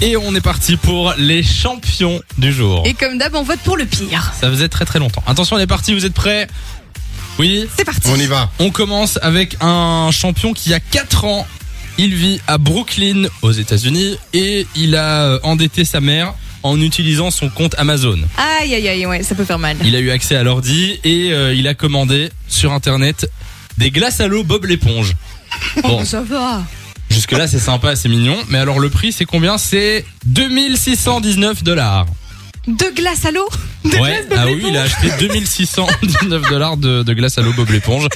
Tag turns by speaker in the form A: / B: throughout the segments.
A: Et on est parti pour les champions du jour.
B: Et comme d'hab, on vote pour le pire.
A: Ça faisait très très longtemps. Attention, on est parti, vous êtes prêts Oui
B: C'est parti.
C: On y va.
A: On commence avec un champion qui a 4 ans. Il vit à Brooklyn, aux États-Unis, et il a euh, endetté sa mère en utilisant son compte Amazon.
B: Aïe, aïe, aïe, ouais, ça peut faire mal.
A: Il a eu accès à l'ordi et euh, il a commandé sur internet des glaces à l'eau Bob l'éponge. Bon,
B: Ça va.
A: jusque-là c'est sympa, c'est mignon, mais alors le prix c'est combien C'est 2619 dollars.
B: Deux glaces à l'eau Deux
A: Ouais,
B: glaces Bob
A: ah oui,
B: l'éponge
A: il a acheté 2619 dollars de, de glace à l'eau Bob l'éponge.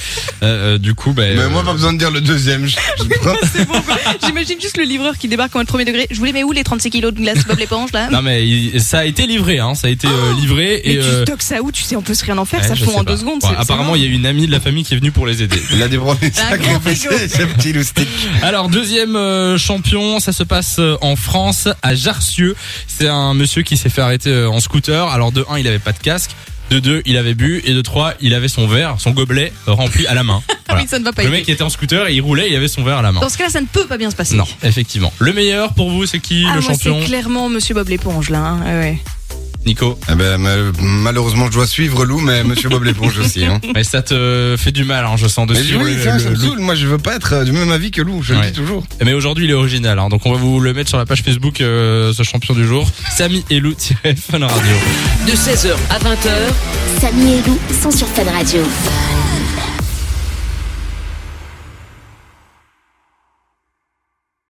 A: Euh, euh, du coup, bah,
C: Mais
A: euh,
C: moi, pas besoin de dire le deuxième. je- je-
B: C'est bon, quoi. J'imagine juste le livreur qui débarque en premier degré. Je voulais mais où les 36 kilos de glace Bob l'éponge là
A: non mais il- ça a été livré, hein, ça a été euh, livré
B: Mais
A: et.
B: tu
A: euh,
B: stocks ça où Tu sais, on peut se rien en faire, ça
A: ouais, je
B: fond
A: sais
B: en
A: pas.
B: deux secondes.
A: Bon,
B: c'est- c'est
A: apparemment,
B: marrant.
A: il y a une amie de la famille qui est venue pour les aider.
C: Il a débranlé
B: Un
C: sa
B: gros
C: confessée,
B: frigo.
C: ce petit loustic.
A: Alors deuxième euh, champion, ça se passe euh, en France à Jarcieux. C'est un monsieur qui s'est fait arrêter euh, en scooter. Alors de 1, il avait pas de casque, de 2, il avait bu et de 3, il avait son verre, son gobelet euh, rempli à la main. Voilà.
B: Ah Oui, ça ne va pas
A: Le
B: aider.
A: mec était en scooter et il roulait, il avait son verre à la main.
B: Dans ce cas-là, ça ne peut pas bien se passer.
A: Non, effectivement. Le meilleur pour vous, c'est qui
B: Ah,
A: le
B: moi,
A: champion
B: c'est clairement Monsieur Bob l'éponge là. hein. Ouais, ouais.
A: Nico.
C: Eh ben, mal- malheureusement, je dois suivre Lou, mais Monsieur Bob l'éponge aussi. Hein.
A: Mais ça te fait du mal, hein, je sens
C: Mais
A: dessus.
C: oui,
A: le-
C: ça, ça
A: le-
C: me
A: le-
C: saoule. Moi, je veux pas être euh, du même avis que Lou. Je
A: Ouais.
C: le dis toujours.
A: Mais aujourd'hui, il est original. hein. donc, on va vous le mettre sur la page Facebook, euh, ce champion du jour. Samy Elou-Fun Radio.
D: De 16h à 20h,
E: Samy et Lou sont sur Fan Radio.